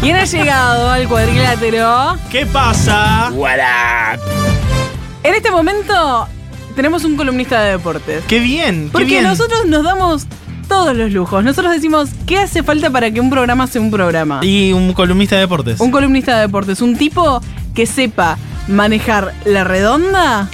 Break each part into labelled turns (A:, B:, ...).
A: ¿Quién ha llegado al cuadrilátero?
B: ¿Qué pasa?
A: En este momento tenemos un columnista de deportes.
B: ¡Qué bien! ¡Qué
A: Porque
B: bien!
A: nosotros nos damos todos los lujos. Nosotros decimos, ¿qué hace falta para que un programa sea un programa?
B: Y un columnista de deportes.
A: Un columnista de deportes, un tipo que sepa manejar la redonda,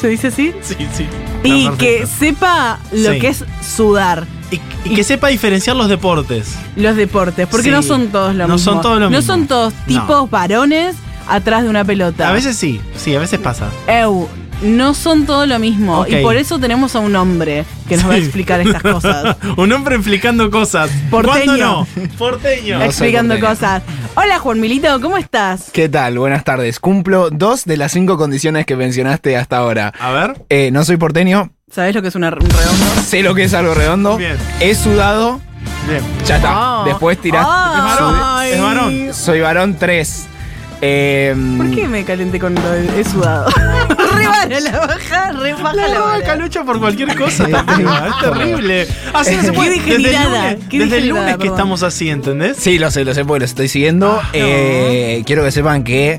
A: se dice así,
B: Sí, sí.
A: y
B: Está
A: que
B: perfecto.
A: sepa lo
B: Sí.
A: que es sudar
B: Y- y que sepa diferenciar los deportes.
A: los deportes, porque
B: Sí.
A: no son todos lo
B: No
A: mismo.
B: son todos lo
A: No
B: mismo.
A: son todos tipos
B: No.
A: varones atrás de una pelota.
B: A veces sí, sí, a veces pasa.
A: Ew, no son todo lo mismo.
B: Ok.
A: Y por eso tenemos a un hombre que nos va a
B: Sí.
A: explicar estas cosas.
B: un hombre explicando cosas.
A: Porteño.
B: ¿Cuándo no? Porteño.
C: soy
A: explicando
C: porteño.
A: cosas. Hola Juan Milito, ¿cómo estás?
C: ¿Qué tal? Buenas tardes. Cumplo dos de las cinco condiciones que mencionaste hasta ahora.
B: A ver.
C: Eh, no soy porteño,
A: ¿Sabés lo que es una, un redondo?
C: sé lo que es algo redondo,
B: Bien.
C: he sudado,
B: Bien.
C: ya está.
A: Oh.
C: Después tiraste.
A: Ay.
B: Es varón, es
C: Soy varón Em, 3.
A: ¿Por qué me calenté con lo del he sudado? re vara la baja, re baja la,
B: La
A: vara.
B: vaca lucha por cualquier cosa.
C: Sí,
B: también,
C: sí.
B: es terrible. Así no se
C: Qué
B: puede. Desde el
A: degenerada,
B: lunes,
A: qué
B: desde el
A: degenerada,
B: lunes que
A: perdón.
B: estamos así, ¿entendés?
C: Sí, lo sé, lo sé porque los estoy siguiendo.
B: Ah,
C: Eh, Quiero que sepan que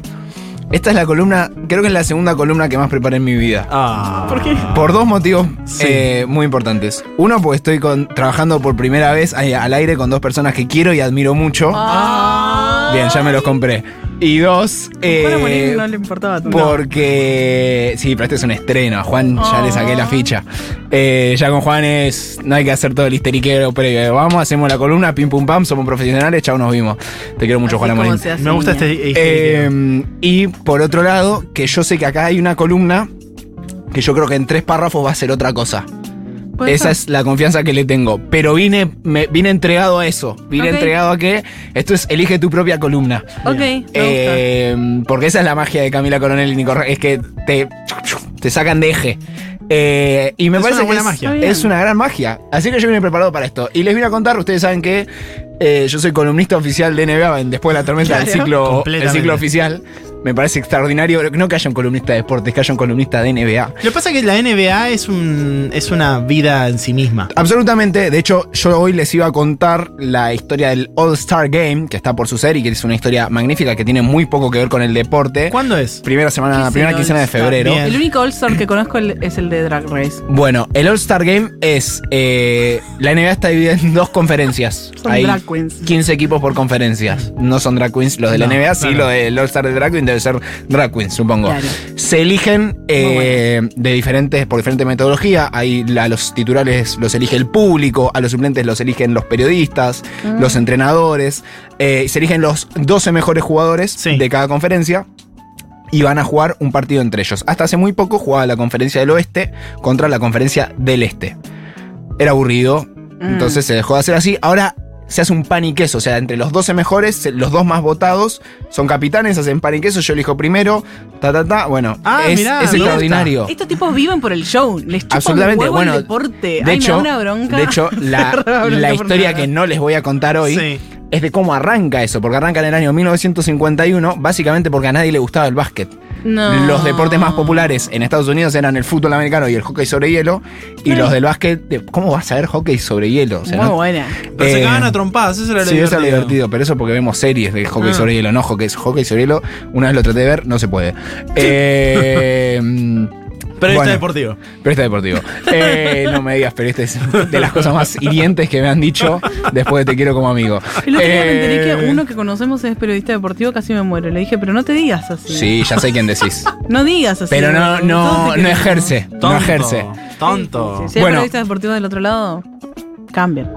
C: esta es la columna, creo que es la segunda columna que más preparé en mi vida.
B: Ah.
A: ¿Por qué?
C: Por dos motivos
B: Sí.
C: eh, muy importantes. Uno, porque estoy con- trabajando por primera vez ahí al aire con dos personas que quiero y admiro mucho.
A: Ah.
C: Bien, ya me los compré. Y dos,
A: Juan a
C: eh,
A: morir no le importaba tanto.
C: porque... Sí, pero este es un estreno. A Juan ya le
A: Ah.
C: saqué la ficha. Eh, ya con Juan es... No hay que hacer todo el histeriquero previo. Eh, Vamos, hacemos la columna, pim pum pam, somos profesionales, chao, nos vimos. Te quiero mucho,
A: Así
C: Juan
A: como
C: Amorín.
A: se hace,
B: Me gusta
A: niña.
B: este. este-
C: Eh, y por otro lado, que yo sé que acá hay una columna que yo creo que en tres párrafos va a ser otra cosa.
B: este-
A: ¿Puede
C: Esa
A: ser?
C: es la confianza que le tengo. Pero vine, me, vine entregado a eso. Vine
A: Ok.
C: entregado a que esto es elige tu propia columna.
A: Ok, me
C: Eh, porque esa es la magia de Camila Coronel y Nico Ra- Es que te, te sacan de eje. Eh, y me
B: Es
C: parece
B: una buena
C: que
B: magia.
A: Está bien.
C: es una gran magia. Así que yo vine preparado para esto. Y les voy a contar, ustedes saben que eh, yo soy columnista oficial de NBA en después de la tormenta del
A: Claro.
C: ciclo, el
B: Completamente.
C: ciclo oficial. Me parece extraordinario. No que haya un columnista de deportes, que haya un columnista de NBA.
B: Lo que pasa es que la NBA es, un, es una vida en sí misma.
C: Absolutamente, de hecho yo hoy les iba a contar la historia del All Star Game, que está por suceder y que es una historia magnífica que tiene muy poco que ver con el deporte.
B: ¿Cuándo es?
C: Primera semana,
A: ¿Qué es
C: primera
A: el
C: quincena de
A: All-Star?
C: febrero.
B: Bien.
A: El único All-Star que conozco el- es el de Drag Race.
C: Bueno, el All Star Game es... eh, la NBA está dividida en dos conferencias.
A: Son
C: Hay
A: drag queens.
C: 15 equipos por conferencias. No son drag queens los de la
B: No,
C: NBA, sí,
B: claro.
C: lo del All Star de Drag Queen debe ser drag queens, supongo.
A: Claro.
C: Se eligen eh, de diferentes, por diferente metodología. Hay, a los titulares los elige el público, a los suplentes los eligen los periodistas,
A: Ah.
C: los entrenadores. eh, se eligen los 12 mejores jugadores
B: Sí.
C: de cada conferencia. Y van a jugar un partido entre ellos. Hasta hace muy poco jugaba la conferencia del oeste contra la conferencia del este. Era aburrido.
A: Mm.
C: Entonces se dejó de hacer así. Ahora se hace un pan y queso. O sea, entre los 12 mejores, los dos más votados son capitanes, hacen pan y queso. Yo elijo primero. Ta, ta, ta. Bueno,
B: Ah,
C: es,
B: mirá,
C: es
B: me
C: extraordinario.
A: Estos tipos viven por el show. Les chupa
C: Absolutamente,
A: un huevo
C: bueno,
A: el deporte.
C: De
A: Ay,
C: hecho,
A: me da Eh, una bronca.
C: de hecho, la,
A: Me da bronca
C: la
A: por
C: historia
A: nada.
C: que no les voy a contar hoy
B: Sí.
C: es de cómo arranca eso, porque arranca en el año 1951, básicamente porque a nadie le gustaba el básquet.
A: No.
C: Los deportes más populares en Estados Unidos eran el fútbol americano y el hockey sobre hielo, y
A: Ay.
C: los del básquet, de- ¿cómo vas a ver hockey sobre hielo? O sea,
A: Muy
C: no-
A: buena.
B: Pero se
C: Eh,
B: cagaban a trompadas, eso era lo
C: Sí, eso
B: divertido.
C: es lo divertido, pero eso porque vemos series de hockey
B: Ah.
C: sobre hielo, no hockey, hockey sobre hielo. Una vez lo traté de ver, no se puede. Eh, mm,
B: Pero
C: bueno,
B: está deportivo.
C: Periodista deportivo. Eh, no me digas, pero este es de las cosas más hirientes que me han dicho después de Te quiero como amigo.
A: El otro día me
C: Eh,
A: enteré que uno que conocemos es periodista deportivo, casi me muero. Le dije, pero no te digas así.
C: Sí, ya sé quién decís.
A: No digas así.
C: Pero no,
A: Todos
C: no,
A: te
C: no
A: queremos.
C: ejerce. No ejerce.
B: Tonto.
A: Si hay
C: Bueno.
A: periodistas deportivos del otro lado, cambian.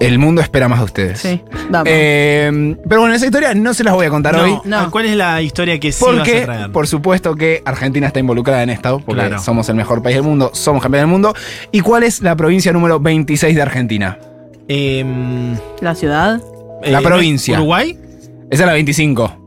C: El mundo espera más de ustedes.
A: Sí, vamos.
C: Eh, pero bueno, esa historia no se las voy a contar hoy.
B: No,
A: No.
B: ¿Cuál es la historia que sí vas a
C: Porque,
B: traer?
C: por supuesto que Argentina está involucrada en esto, porque
B: Claro.
C: somos el mejor país del mundo, somos campeón del mundo. ¿Y cuál es la provincia número 26 de Argentina?
B: Em, eh,
A: La ciudad.
C: La provincia.
B: ¿Uruguay?
C: Esa es la 25.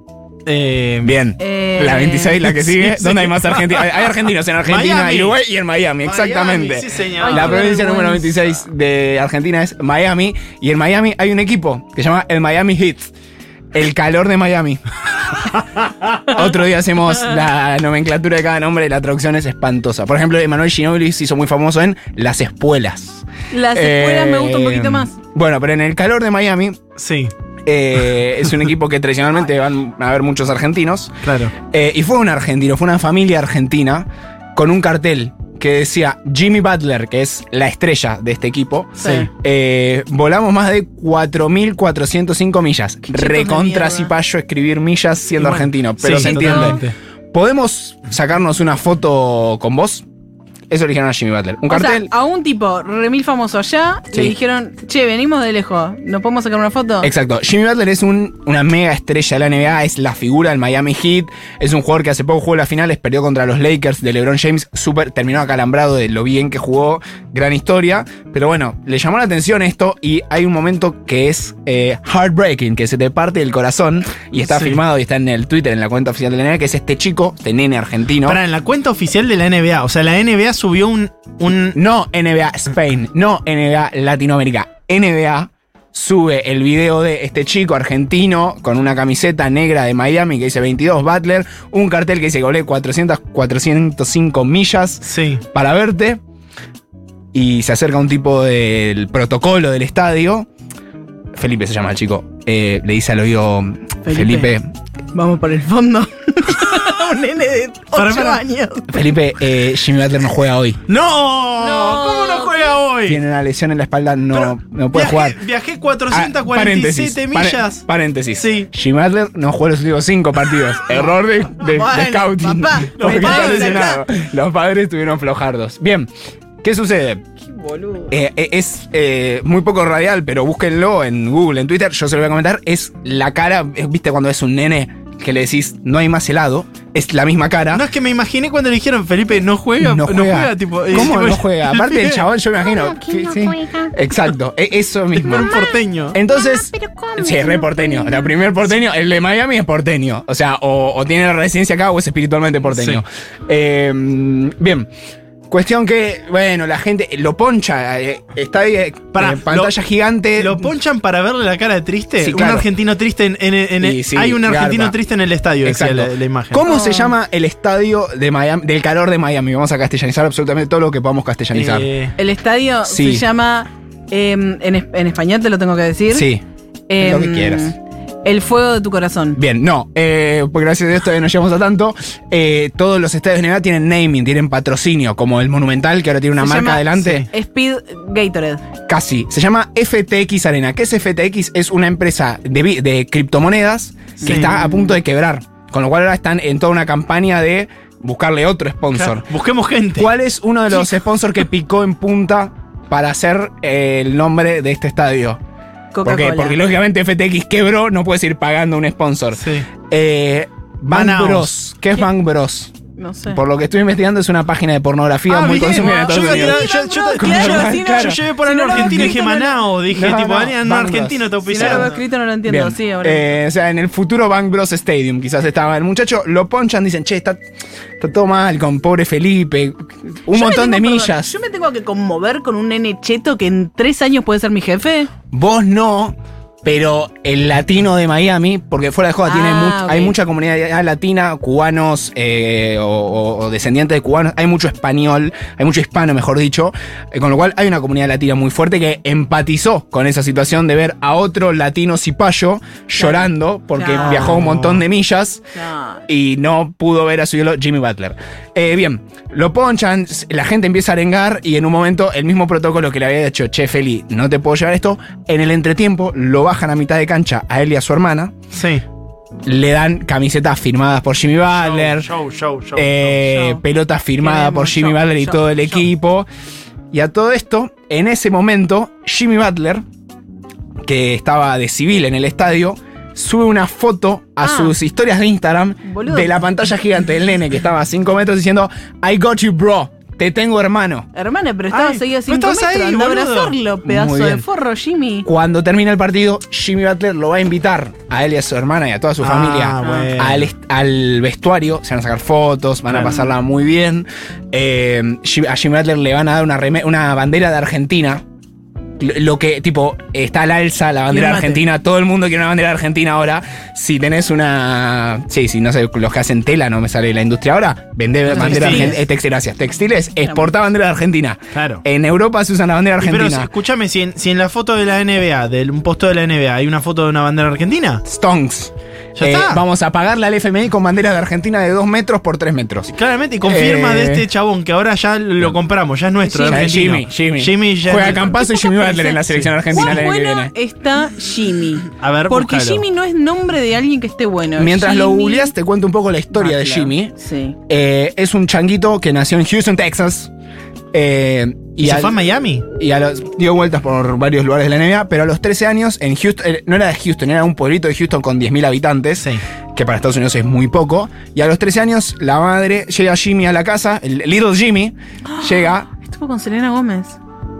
B: Em,
C: Bien.
A: Eh,
C: la 26, la que
B: sí,
C: sigue.
B: sí.
C: ¿Dónde hay más argentinos? Hay hay argentinos en Argentina,
B: Miami.
C: Uruguay y en Miami, exactamente.
B: Miami, sí, señor.
A: Ay,
C: La
A: qué
C: provincia
A: vergüenza.
C: número 26 de Argentina es Miami. Y en Miami hay un equipo que se llama el Miami Heat. El calor de Miami. Otro día hacemos la nomenclatura de cada nombre, la traducción es espantosa. Por ejemplo, Emanuel Ginóbili se hizo muy famoso en Las Espuelas.
A: Las escuelas me gusta un
C: Eh,
A: poquito más.
C: Bueno, pero en el calor de Miami,
B: Sí.
C: Eh, es un equipo que tradicionalmente van a haber muchos argentinos.
B: Claro.
C: Eh, y fue un argentino, fue una familia argentina con un cartel que decía Jimmy Butler, que es la estrella de este equipo.
B: Sí.
C: eh, volamos más de 4.405 millas.
A: chicos de mierda.
C: Recontra payo escribir millas siendo
B: Y bueno,
C: argentino, pero
B: Sí,
C: se entiende.
B: totalmente.
C: ¿Podemos sacarnos una foto con vos? Eso le dijeron a Jimmy Butler. Un
A: O sea,
C: cartel.
A: a un tipo remil famoso allá, le
C: Sí.
A: dijeron, che, venimos de lejos, ¿nos podemos sacar una foto?
C: Exacto. Jimmy Butler es un- una mega estrella de la NBA, es la figura del Miami Heat, es un jugador que hace poco jugó las finales, perdió contra los Lakers de LeBron James, super, terminó acalambrado de lo bien que jugó, gran historia. Pero bueno, le llamó la atención esto y hay un momento que es eh, heartbreaking, que se te parte el corazón y está
B: Sí.
C: filmado y está en el Twitter, en la cuenta oficial de la NBA, que es este chico, este nene argentino.
B: Pará, en la cuenta oficial de la NBA. O sea, la NBA subió un. un
C: No NBA Spain, no NBA Latinoamérica. NBA sube el video de este chico argentino con una camiseta negra de Miami que dice 22 Butler, un cartel que dice que volé 400, 405 millas
B: sí.
C: para verte. Y se acerca un tipo del protocolo del estadio. Felipe se llama el chico. Eh, le dice al oído,
A: Felipe.
C: Felipe,
A: Vamos por el fondo. un nene de 8
B: Pará, pará.
A: años.
C: Felipe, eh, Jimmy Butler no juega hoy.
B: ¡No!
A: No.
B: ¿Cómo no juega hoy?
C: Tiene una lesión en la espalda, no, no puede
B: viajé,
C: jugar.
B: Viajé
C: Ah, paréntesis,
B: 447
C: pare-
B: millas.
C: paréntesis.
B: Sí.
C: Jimmy Butler no jugó los últimos cinco partidos. Error de, de- de
A: Bueno,
C: scouting.
A: papá, los
C: Porque está
A: padres
C: lesionado. Los padres estuvieron flojardos. Bien, ¿qué sucede? Eh, eh, es eh, muy poco radial, pero búsquenlo en Google, en Twitter. Yo se lo voy a comentar. Es la cara, eh, viste, cuando es un nene que le decís no hay más helado. Es la misma cara.
B: No es que me imaginé cuando le dijeron Felipe no juega, no juega, tipo. eh,
C: ¿Cómo
B: tipo,
C: no juega? Aparte el chabón, yo me imagino.
D: ¿Cómo que no
C: sí.
D: juega?
C: Exacto, e- eso mismo.
B: Un porteño.
C: Entonces,
D: Mamá, Ah, pero ¿cómo
C: sí,
D: que
C: es re
D: no
C: porteño.
D: puede?
C: La primer porteño, el de Miami es porteño. O sea, o, o tiene la residencia acá o es espiritualmente porteño. Eh, bien. Cuestión que, bueno, la gente lo poncha. eh, está ahí, eh,
B: Pará,
C: eh, pantalla
B: lo-
C: gigante.
B: Lo ponchan para verle la cara de triste.
C: Sí,
B: Un
C: claro.
B: argentino triste en, en- en-
C: Y sí,
B: Hay un argentino
C: garpa.
B: triste en el estadio, decía
C: Exacto.
B: la, la imagen.
C: ¿Cómo
A: Oh.
C: se llama el estadio de Miami, del calor de Miami? Vamos a castellanizar absolutamente todo lo que podamos castellanizar.
B: Eh,
A: El estadio
C: Sí.
A: se llama, eh, en, es- en español te lo tengo que decir.
C: sí.
A: eh,
C: lo que quieras.
A: El fuego de tu corazón.
C: Bien, no, eh, porque gracias a Dios todavía no llegamos a tanto. Eh, todos los estadios de NBA tienen naming, tienen patrocinio, como el Monumental, que ahora tiene una
A: Se
C: marca
A: llama-
C: adelante.
A: Speed Gatorade.
C: Casi. Se llama FTX Arena. ¿Qué es FTX? Es una empresa de, bi- de criptomonedas que
B: Sí.
C: está a punto de quebrar. Con lo cual ahora están en toda una campaña de buscarle otro sponsor.
B: claro, busquemos gente.
C: ¿Cuál es uno de los sponsors que picó en punta para hacer eh, el nombre de este estadio? ¿Por qué?
A: Coca-Cola.
C: Porque lógicamente FTX quebró, no puedes ir pagando un sponsor.
B: Sí.
C: Eh, Bang
B: Manaos.
C: Bros. ¿Qué es
A: ¿Qué?
C: Bang Bros?
A: No sé.
C: Por lo que estoy investigando es una página de pornografía
B: Ah,
C: muy
B: bien. Yo
C: consumida en Estados
B: iba a
C: Unidos.
B: tirar- yo-
A: Claro,
B: yo- yo-
A: claro,
B: yo-
A: claro.
B: yo llevé por
A: Si
B: algo
A: no lo veo
B: argentino y dije
A: escrito, no lo-
B: Manao. Dije,
C: No,
B: tipo,
C: no,
B: alguien no
C: Bangladesh.
B: argentino te
A: si no lo veo escrito no lo entiendo.
C: Bien.
A: Sí, ahora.
C: Eh, o sea, en el futuro Bank Bros Stadium quizás estaba el muchacho, lo ponchan, dicen, che, está, está todo mal con pobre Felipe, un
A: Yo me
C: montón de
A: tengo- perdón,
C: millas.
A: Yo me tengo que conmover con un nene cheto que en tres años puede ser mi jefe.
C: Vos no, pero el latino de Miami, porque fuera de joda tiene
A: Ah,
C: much-
A: ok.
C: hay mucha comunidad ah, latina, cubanos eh, o, o- o descendientes de cubanos, hay mucho español, hay mucho hispano, mejor dicho, eh, con lo cual hay una comunidad latina muy fuerte que empatizó con esa situación de ver a otro latino cipayo llorando porque
A: Claro.
C: viajó un montón de millas.
A: No.
C: y no pudo ver a su ídolo Jimmy Butler. Eh, bien, lo ponchan, s- la gente empieza a arengar y en un momento el mismo protocolo que le había hecho, che, Feli, no te puedo llevar esto, en el entretiempo lo bajan a mitad de cancha a él y a su hermana,
B: Sí.
C: le dan camisetas firmadas por Jimmy Butler,
B: Show, show, show.
C: eh,
A: show.
C: pelota firmada
A: Queremos
C: por Jimmy
A: show,
C: Butler y
A: show,
C: todo el
A: show.
C: equipo. Y a todo esto, en ese momento, Jimmy Butler, que estaba de civil en el estadio, sube una foto a
A: Ah.
C: sus historias de Instagram
A: Boludo.
C: de la pantalla gigante del nene que estaba a 5 metros diciendo, I got you, bro, te tengo hermano.
A: Hermana, pero estaba
B: Ay,
A: seguido
B: no
A: cinco
B: estabas
A: metros.
B: ahí,
A: anda a
B: boludo.
A: abrazarlo,
C: Muy
A: pedazo de
C: bien.
A: forro, Jimmy.
C: Cuando termina el partido, Jimmy Butler lo va a invitar a él y a su hermana y a toda su
B: Ah,
C: familia
B: bueno.
C: al, est- al vestuario. Se van a sacar fotos, van
B: Claro.
C: a pasarla muy bien. Eh, Jim- a Jimmy Butler le van a dar una, reme- una bandera de Argentina. lo- lo que, tipo, está al alza la
A: Y
C: bandera
A: el mate.
C: argentina, todo el mundo quiere una bandera argentina ahora. Si tenés una. Sí, sí, no sé, los que hacen tela no me sale la industria ahora. Vende bandera
B: textiles.
C: argentina. textiles, gracias. Textiles, exporta bandera argentina.
B: Claro.
C: En Europa se usa la bandera
B: Y Pero
C: argentina.
B: escúchame, si en, si en la foto de la NBA, de un posto de la NBA, hay una foto de una bandera argentina.
C: Stonks. Eh,
B: Ya está.
C: Vamos a pagarle al FMI con banderas de Argentina de 2 metros por 3 metros.
B: Claramente, y confirma
C: Eh.
B: de este chabón que ahora ya lo compramos, ya es nuestro.
C: Ya
B: de
C: es
B: argentino.
C: Jimmy, Jimmy.
B: Jimmy ya
C: Juega
B: es-
C: Campazo y Jimmy Butler en la selección argentina
A: ¿Cuán
C: el año que
A: bueno
C: viene.
A: está Jimmy?
B: A ver,
A: Porque
B: búscalo.
A: Jimmy no es nombre de alguien que esté bueno.
C: Mientras lo
A: eh, Jimmy-
C: googleas, te cuento un poco la historia
A: Ah,
C: de
A: claro.
C: Jimmy.
A: Sí.
C: Eh, es un changuito que nació en Houston, Texas. Eh,
B: ¿Y, se
C: al-
B: fue a Miami?
C: y a los- dio vueltas por varios lugares de la NBA, pero a los 13 años en Houston, eh, no era de Houston, era un pueblito de Houston con 10.000 habitantes,
B: Sí.
C: que para Estados Unidos es muy poco. Y a los 13 años la madre llega Jimmy a la casa, el Little Jimmy, llega
A: Estuvo con Selena Gómez.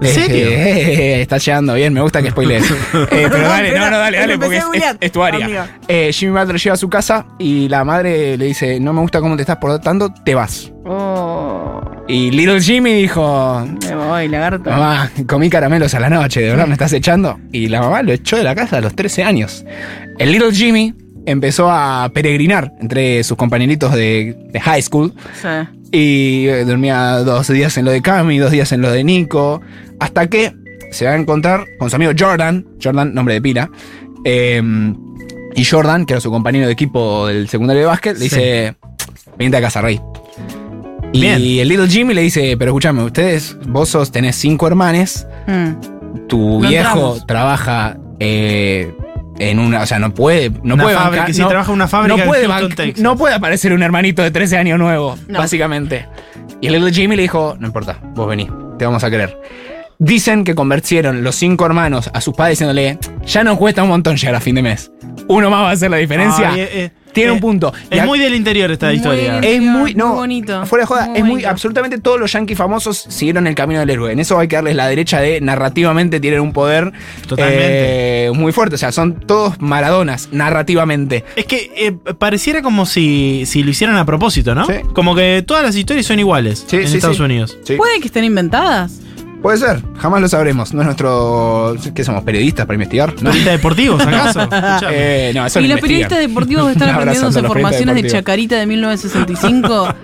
B: ¿En serio?
C: Eh, está llegando bien, me gusta que spoilees. Eh, pero dale, no, no, dale, dale,
A: Empecé
C: porque
A: a
C: es,
A: googlear,
C: es- es tu área.
A: amiga.
C: Eh, Jimmy Butler llega a su casa y la madre le dice: No me gusta cómo te estás portando, te vas.
A: Oh,
C: Y Little Jimmy dijo:
A: me voy, lagarto.
C: Mamá, comí caramelos a la noche, ¿de verdad me estás echando? Y la mamá lo echó de la casa a los 13 años. El Little Jimmy empezó a peregrinar entre sus compañeritos de- de high school.
A: Sí.
C: Y eh, dormía dos días en lo de Cami, dos días en lo de Nico. Hasta que se va a encontrar con su amigo Jordan. Jordan, nombre de pila. eh, y Jordan, que era su compañero de equipo del secundario de básquet, le
B: Sí.
C: dice: Vente a casa, Rey. Y
B: Bien.
C: el Little Jimmy le dice: Pero escúchame, ustedes, vos sos, tenés cinco hermanes.
A: Mm.
C: Tu
A: No
C: viejo
A: entramos.
C: trabaja eh, en una. O sea, no puede. No
B: Una
C: puede
B: fábrica,
C: bancar-
B: sí,
C: no-
B: trabaja en una fábrica
C: no
B: en
C: puede,
B: Houston,
C: banc-
B: Texas.
C: no puede aparecer un hermanito de 13 años nuevo,
A: No.
C: básicamente. Y Little Jimmy le dijo, no importa, vos vení, te vamos a querer. Dicen que convirtieron los cinco hermanos a sus padres diciéndole, ya nos cuesta un montón llegar a fin de mes. Uno más va a hacer la diferencia.
B: Ay, eh, eh,
C: Tiene
B: eh,
C: un punto. Y
B: Es
C: a-
B: muy del interior esta
A: Muy
B: historia.
A: del-
C: es muy, no,
A: Muy bonito.
C: Fuera de joda,
A: Muy
C: es muy,
A: bonito.
C: absolutamente todos los yankees famosos siguieron el camino del héroe. En eso hay que darles la derecha de narrativamente tienen un poder
B: Totalmente.
C: eh, muy fuerte. O sea, son todos maradonas, narrativamente.
B: Es que eh, pareciera como si, si lo hicieran a propósito, ¿no?
C: Sí.
B: Como que todas las historias son iguales
C: Sí,
B: en
C: sí,
B: Estados
C: sí.
B: Unidos.
C: Sí.
A: Puede que estén inventadas.
C: Puede ser, jamás lo sabremos. No es nuestro. ¿Qué somos? ¿Periodistas para investigar? No,
B: ¿Periodistas deportivos, acaso? Escuchame.
C: Eh, no eso
A: y
C: lo
A: los periodistas
C: investigan.
A: deportivos
C: Un
A: están
C: abrazo
A: aprendiéndose
C: a los periodistas
A: formaciones de
C: deportivos.
A: Chacarita de 1965.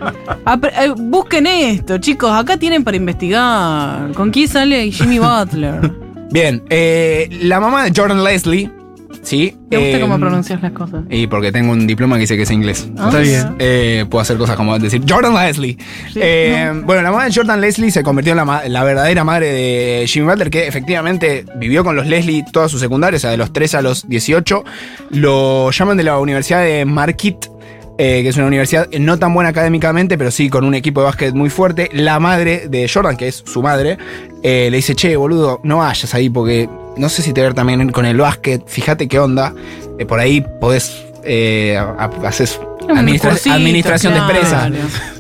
A: Apre- eh, busquen esto, chicos. Acá tienen para investigar. ¿Con quién sale Jimmy Butler?
C: Bien, eh, la mamá de Jordan Leslie, ¿sí?
A: Me gusta
C: eh,
A: cómo pronuncias las cosas.
C: Y porque tengo un diploma que dice que es inglés.
A: Ah. bien.
C: Eh, puedo hacer cosas como decir Jordan Leslie.
A: Sí,
C: Eh, Bueno, la mamá de Jordan Leslie se convirtió en la, ma- la verdadera madre de Jimmy Butler, que efectivamente vivió con los Leslie toda su secundaria, o sea, de los 3 a los 18. Lo llaman de la Universidad de Marquette. eh, que es una universidad no tan buena académicamente, pero sí con un equipo de básquet muy fuerte. La madre de Jordan, que es su madre, eh, le dice, che, boludo, no vayas ahí porque no sé si te ver también con el básquet, fíjate qué onda. Eh, por ahí podés, eh, a- a- haces
A: Un
C: administra-
A: cursito,
C: administración de
A: claro.
C: empresas.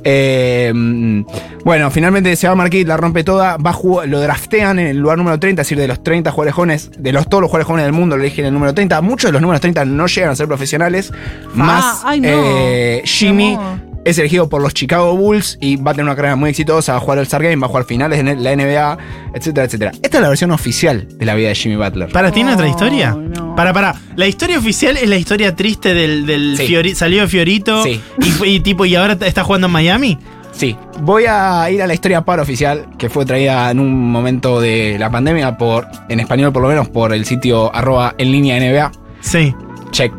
C: Eh, mm, bueno, finalmente se va Marquis, la rompe toda, va a jug- lo draftean en el lugar número 30, es decir, de los 30 jugadores jóvenes, de los todos los jugadores jóvenes del mundo lo eligen en el número 30. Muchos de los números 30 no llegan a ser profesionales, más
A: Ah, ay, no.
C: eh, Jimmy.
A: amor.
C: Es elegido por los Chicago Bulls y va a tener una carrera muy exitosa, va a jugar el Star Game, va a jugar finales en la NBA, etcétera, etcétera. Esta es la versión oficial de la vida de Jimmy Butler.
B: ¿Para ti
A: No,
B: otra historia?
A: no.
B: Para, para. La historia oficial es la historia triste del, del
C: Sí.
B: Fiori- salió de Fiorito
C: Sí.
B: y, fue- y tipo, y ahora está jugando en Miami.
C: Sí, voy a ir a la historia paraoficial que fue traída en un momento de la pandemia por, en español por lo menos, por el sitio arroba en línea NBA,
B: Sí.
C: check,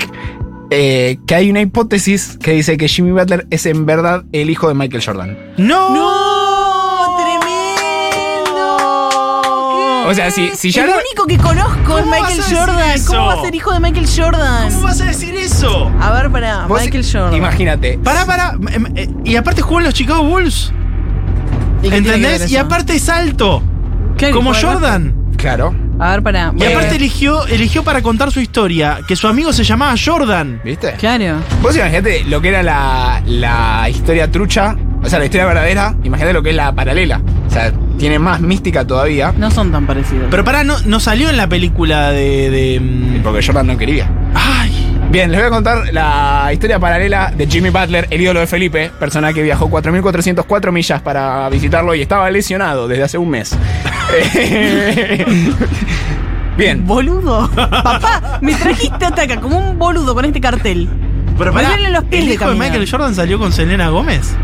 C: Eh, que hay una hipótesis que dice que Jimmy Butler es en verdad el hijo de Michael Jordan.
B: ¡No!
A: ¡No! ¡Tremendo! ¿Qué?
C: O sea, si, si ya
A: el
C: no-
A: único que conozco es
B: ¿Cómo vas a
A: Michael
B: decir
A: Jordan.
B: eso?
A: ¿Cómo va a ser hijo de Michael Jordan?
B: ¿Cómo vas a decir eso?
A: A ver, para
C: vos-
A: Ah, Michael Jordan.
C: Imagínate.
B: Pará, pará. Em, eh, Y aparte jugó en los Chicago Bulls.
A: ¿Y qué tiene que ver
B: ¿Entendés? Y
A: eso?
B: aparte es alto.
A: Claro,
B: Como
A: y juega al
B: Jordan.
C: Claro.
A: básquet. A ver, para.
B: Y
C: Eh,
B: aparte eligió, eligió para contar su historia que su amigo se llamaba Jordan.
C: ¿Viste?
A: Claro.
C: Vos imagínate lo que era la, la historia trucha, o sea, la historia verdadera, imagínate lo que es la paralela. O sea, tiene más mística todavía.
A: No son tan parecidos.
B: Pero pará, no, no salió en la película de. de, mm,
C: Porque Jordan no quería.
B: Ay.
C: Bien, les voy a contar la historia paralela de Jimmy Butler, el ídolo de Felipe, persona que viajó 4.404 millas para visitarlo y estaba lesionado desde hace un mes. Bien,
A: Boludo. Papá, me trajiste hasta acá como un boludo con este cartel.
B: Pero
A: Me
B: pará,
A: duelen los pies
B: ¿El
A: de
B: hijo de
A: caminar.
B: Michael Jordan salió con Selena Gómez?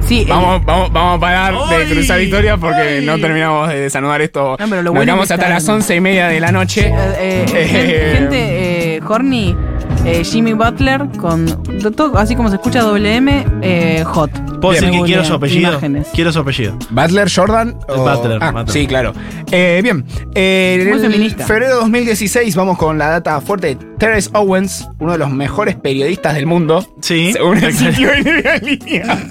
A: Sí, el-
C: vamos, vamos, vamos a parar de
B: ¡Ay!
C: cruzar victoria porque
B: ¡Ay!
C: no terminamos de desanudar esto.
A: No, pero lo
C: Nos
A: bueno
C: quedamos
A: que
C: hasta
A: está-
C: las once y media de la noche.
A: eh, eh,
C: Eh,
A: gente, gente, eh, horny, eh, Jimmy Butler con do- todo- así como se escucha WM, eh, hot.
B: Puedo
A: Me
B: decir que quiero
A: googlean
B: su apellido.
A: imágenes.
B: Quiero su apellido.
C: ¿Butler, Jordan?
B: Butler,
C: Ah,
B: Butler.
C: Sí, claro. Eh, bien. Eh,
A: Muy
C: en
A: feminista.
C: febrero de 2016 vamos con la data fuerte de Terrence Owens, uno de los mejores periodistas del mundo.
B: Sí.
C: Según el sitio de Nueva Línea.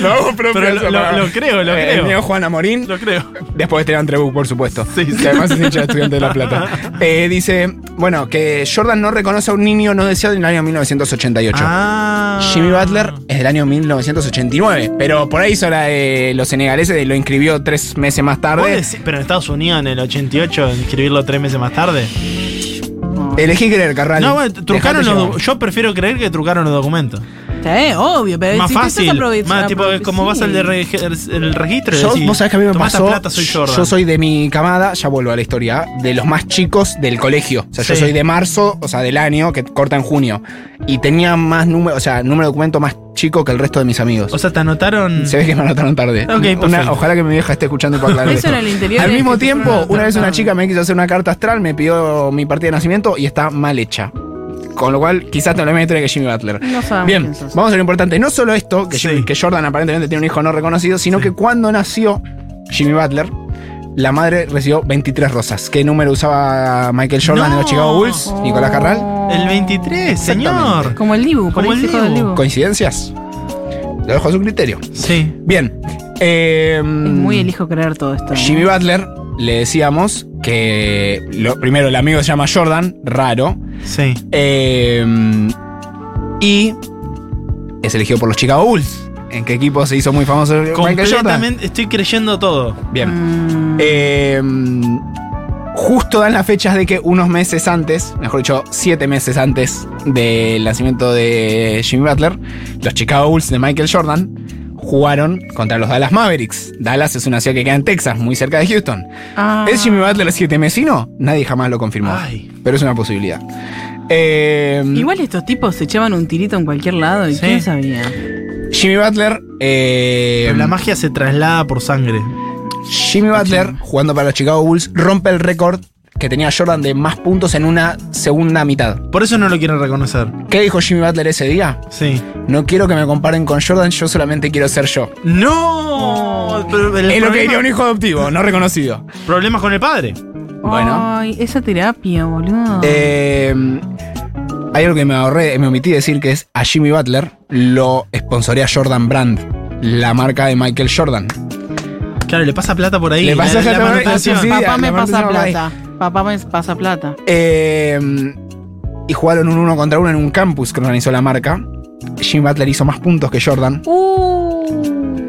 C: Lo hago propio,
B: Pero lo-
C: eso, para-
B: lo- lo creo, lo
C: Eh,
B: creo.
C: El mío Juana Morín.
B: Lo creo.
C: Después de Esteban Trebuch, por supuesto.
B: Sí, sí.
C: Que además es hincha de estudiante de La Plata. Eh, dice, bueno, que Jordan no reconoce a un niño no deseado en el año 1988.
B: Ah.
C: Jimmy Butler es del año 1989, pero por ahí hizo la de los senegaleses, de lo inscribió tres meses más
B: ¿Vos
C: tarde.
B: decís- Pero en Estados Unidos, en el 88, inscribirlo tres meses más tarde.
C: Elegí creer, Carral.
B: No, bueno, trucaron
C: Dejate
B: los
C: llevar.
B: do- Yo prefiero creer que trucaron los documentos.
A: Sí, obvio,
C: Eh,
A: pero
B: más
A: si te estás
B: fácil.
A: aprovechando-
B: Más tipo,
A: apro-
B: como vas
A: sí.
B: al de reg- el registro. y
C: Yo,
B: decís,
C: vos sabés que a mí me
B: "Tomá esta
C: pasó.
B: plata, soy Jordan.
C: Yo soy de mi camada, ya vuelvo a la historia, de los más chicos del colegio. O sea, yo
B: Sí.
C: soy de marzo, o sea, del año, que corta en junio. Y tenía más número, o sea, número de documento más chico que el resto de mis amigos.
B: O sea, te anotaron.
C: Se ve que me anotaron tarde.
B: Ok,
C: Una-
B: perfecto.
C: ojalá que mi vieja esté escuchando para aclarar
A: Eso
C: esto.
A: en el interior este
C: Al
A: es
C: mismo
A: que te fueron
C: tiempo,
A: a
C: una vez una
A: tratar.
C: chica me quiso hacer una carta astral, me pidió mi partida de nacimiento y está mal hecha. Con lo cual, quizás te lo meto que Jimmy Butler.
A: No sabemos
C: Bien,
A: quién sos.
C: vamos a lo importante. No solo esto, que,
B: Sí.
C: Jimmy- que Jordan aparentemente tiene un hijo no reconocido, sino que cuando nació Jimmy Butler, la madre recibió 23 rosas. ¿Qué número usaba Michael Jordan en los
B: No.
C: Chicago Bulls? Nicolás Carral.
A: Oh.
B: El 23, señor.
A: Como el Dibu, por
B: Como
A: ahí
B: el
A: se joda el
B: Dibu.
A: Dibu.
C: ¿Coincidencias? Lo dejo a su criterio.
B: Sí.
C: Bien. eh,
A: Es muy elijo creer todo esto. ¿no?
C: Jimmy Butler, le decíamos que lo, primero el amigo se llama Jordan, raro,
B: Sí.
C: eh, y es elegido por los Chicago Bulls. ¿En qué equipo se hizo muy famoso Michael Jordan?
B: Completamente. Estoy creyendo todo.
C: Bien.
A: Mm,
C: Eh, justo dan las fechas de que unos meses antes, mejor dicho, siete meses antes del nacimiento de Jimmy Butler, los Chicago Bulls de Michael Jordan jugaron contra los Dallas Mavericks. Dallas es una ciudad que queda en Texas, muy cerca de Houston.
A: ah.
C: ¿Es Jimmy Butler siete mesino? Nadie jamás lo confirmó.
B: Ay.
C: Pero es una posibilidad. Eh,
A: Igual estos tipos se echaban un tirito en cualquier lado y
B: Sí.
A: quién sabía.
C: Jimmy Butler. eh,
B: Pero la magia se traslada por sangre.
C: Jimmy Butler, jugando para los Chicago Bulls, rompe el récord que tenía Jordan de más puntos en una segunda mitad.
B: Por eso no lo quieren reconocer.
C: ¿Qué dijo Jimmy Butler ese día?
B: Sí.
C: No quiero que me comparen con Jordan, yo solamente quiero ser yo.
B: ¡No! Pero el
C: es lo
B: problema-
C: que diría un hijo adoptivo, no reconocido.
B: Problemas con el padre.
C: Bueno.
A: Ay, esa terapia, boludo.
C: Eh, hay algo que me ahorré, me omití decir que es a Jimmy Butler lo sponsorea Jordan Brand, la marca de Michael Jordan.
B: Claro, le pasa plata por ahí.
C: Le pasa
B: la- la
C: plata por ahí,
B: manutención.
C: sí,
A: Papá me
C: la
A: pasa
C: mantenemos ahí.
A: plata. Papá me pasa plata.
C: Eh, y jugaron un uno contra uno en un campus que organizó la marca. Jim Butler hizo más puntos que Jordan.
A: Uh.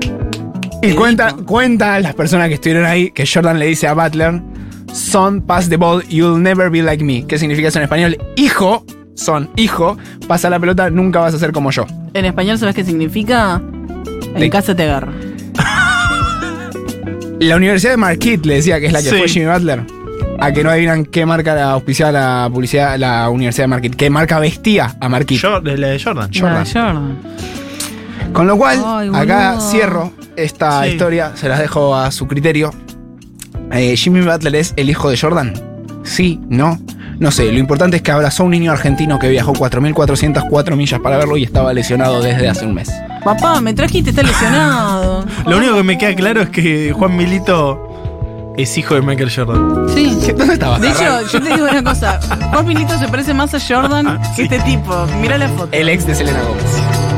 C: Y
A: Qué
C: cuenta,
A: rico.
C: cuenta las personas que estuvieron ahí que Jordan le dice a Butler: Son, pass the ball, you'll never be like me. ¿Qué significa eso en español? Hijo, son, hijo, pasa la pelota, nunca vas a ser como yo.
A: En español, ¿sabes qué significa? En
C: Te-
A: casa te agarra.
C: La Universidad de Marquette le decía que es la que
B: Sí.
C: fue Jimmy Butler. A que no adivinan qué marca la auspiciaba la publicidad la Universidad de Marquette. ¿Qué marca vestía a Marquette?
B: Yo- la de Jordan.
C: Jordan.
A: Ah, Jordan.
C: Con lo cual,
A: Ay,
C: acá
A: boludo.
C: cierro esta
B: Sí.
C: historia, se las dejo a su criterio. Eh, Jimmy Butler es el hijo de Jordan. Sí, no, no sé. Lo importante es que abrazó a un niño argentino que viajó 4.404 millas para verlo y estaba lesionado desde hace un mes.
A: Papá, me trajiste, está lesionado.
B: Lo único que me queda claro es que Juan Milito es hijo de Michael Jordan.
A: Sí.
C: ¿Qué- ¿Dónde estabas?
A: De hecho,
C: Ferran?
A: yo te digo una cosa. Juan Milito se parece más a Jordan que este tipo. Mira la foto.
C: el ex de Selena Gómez.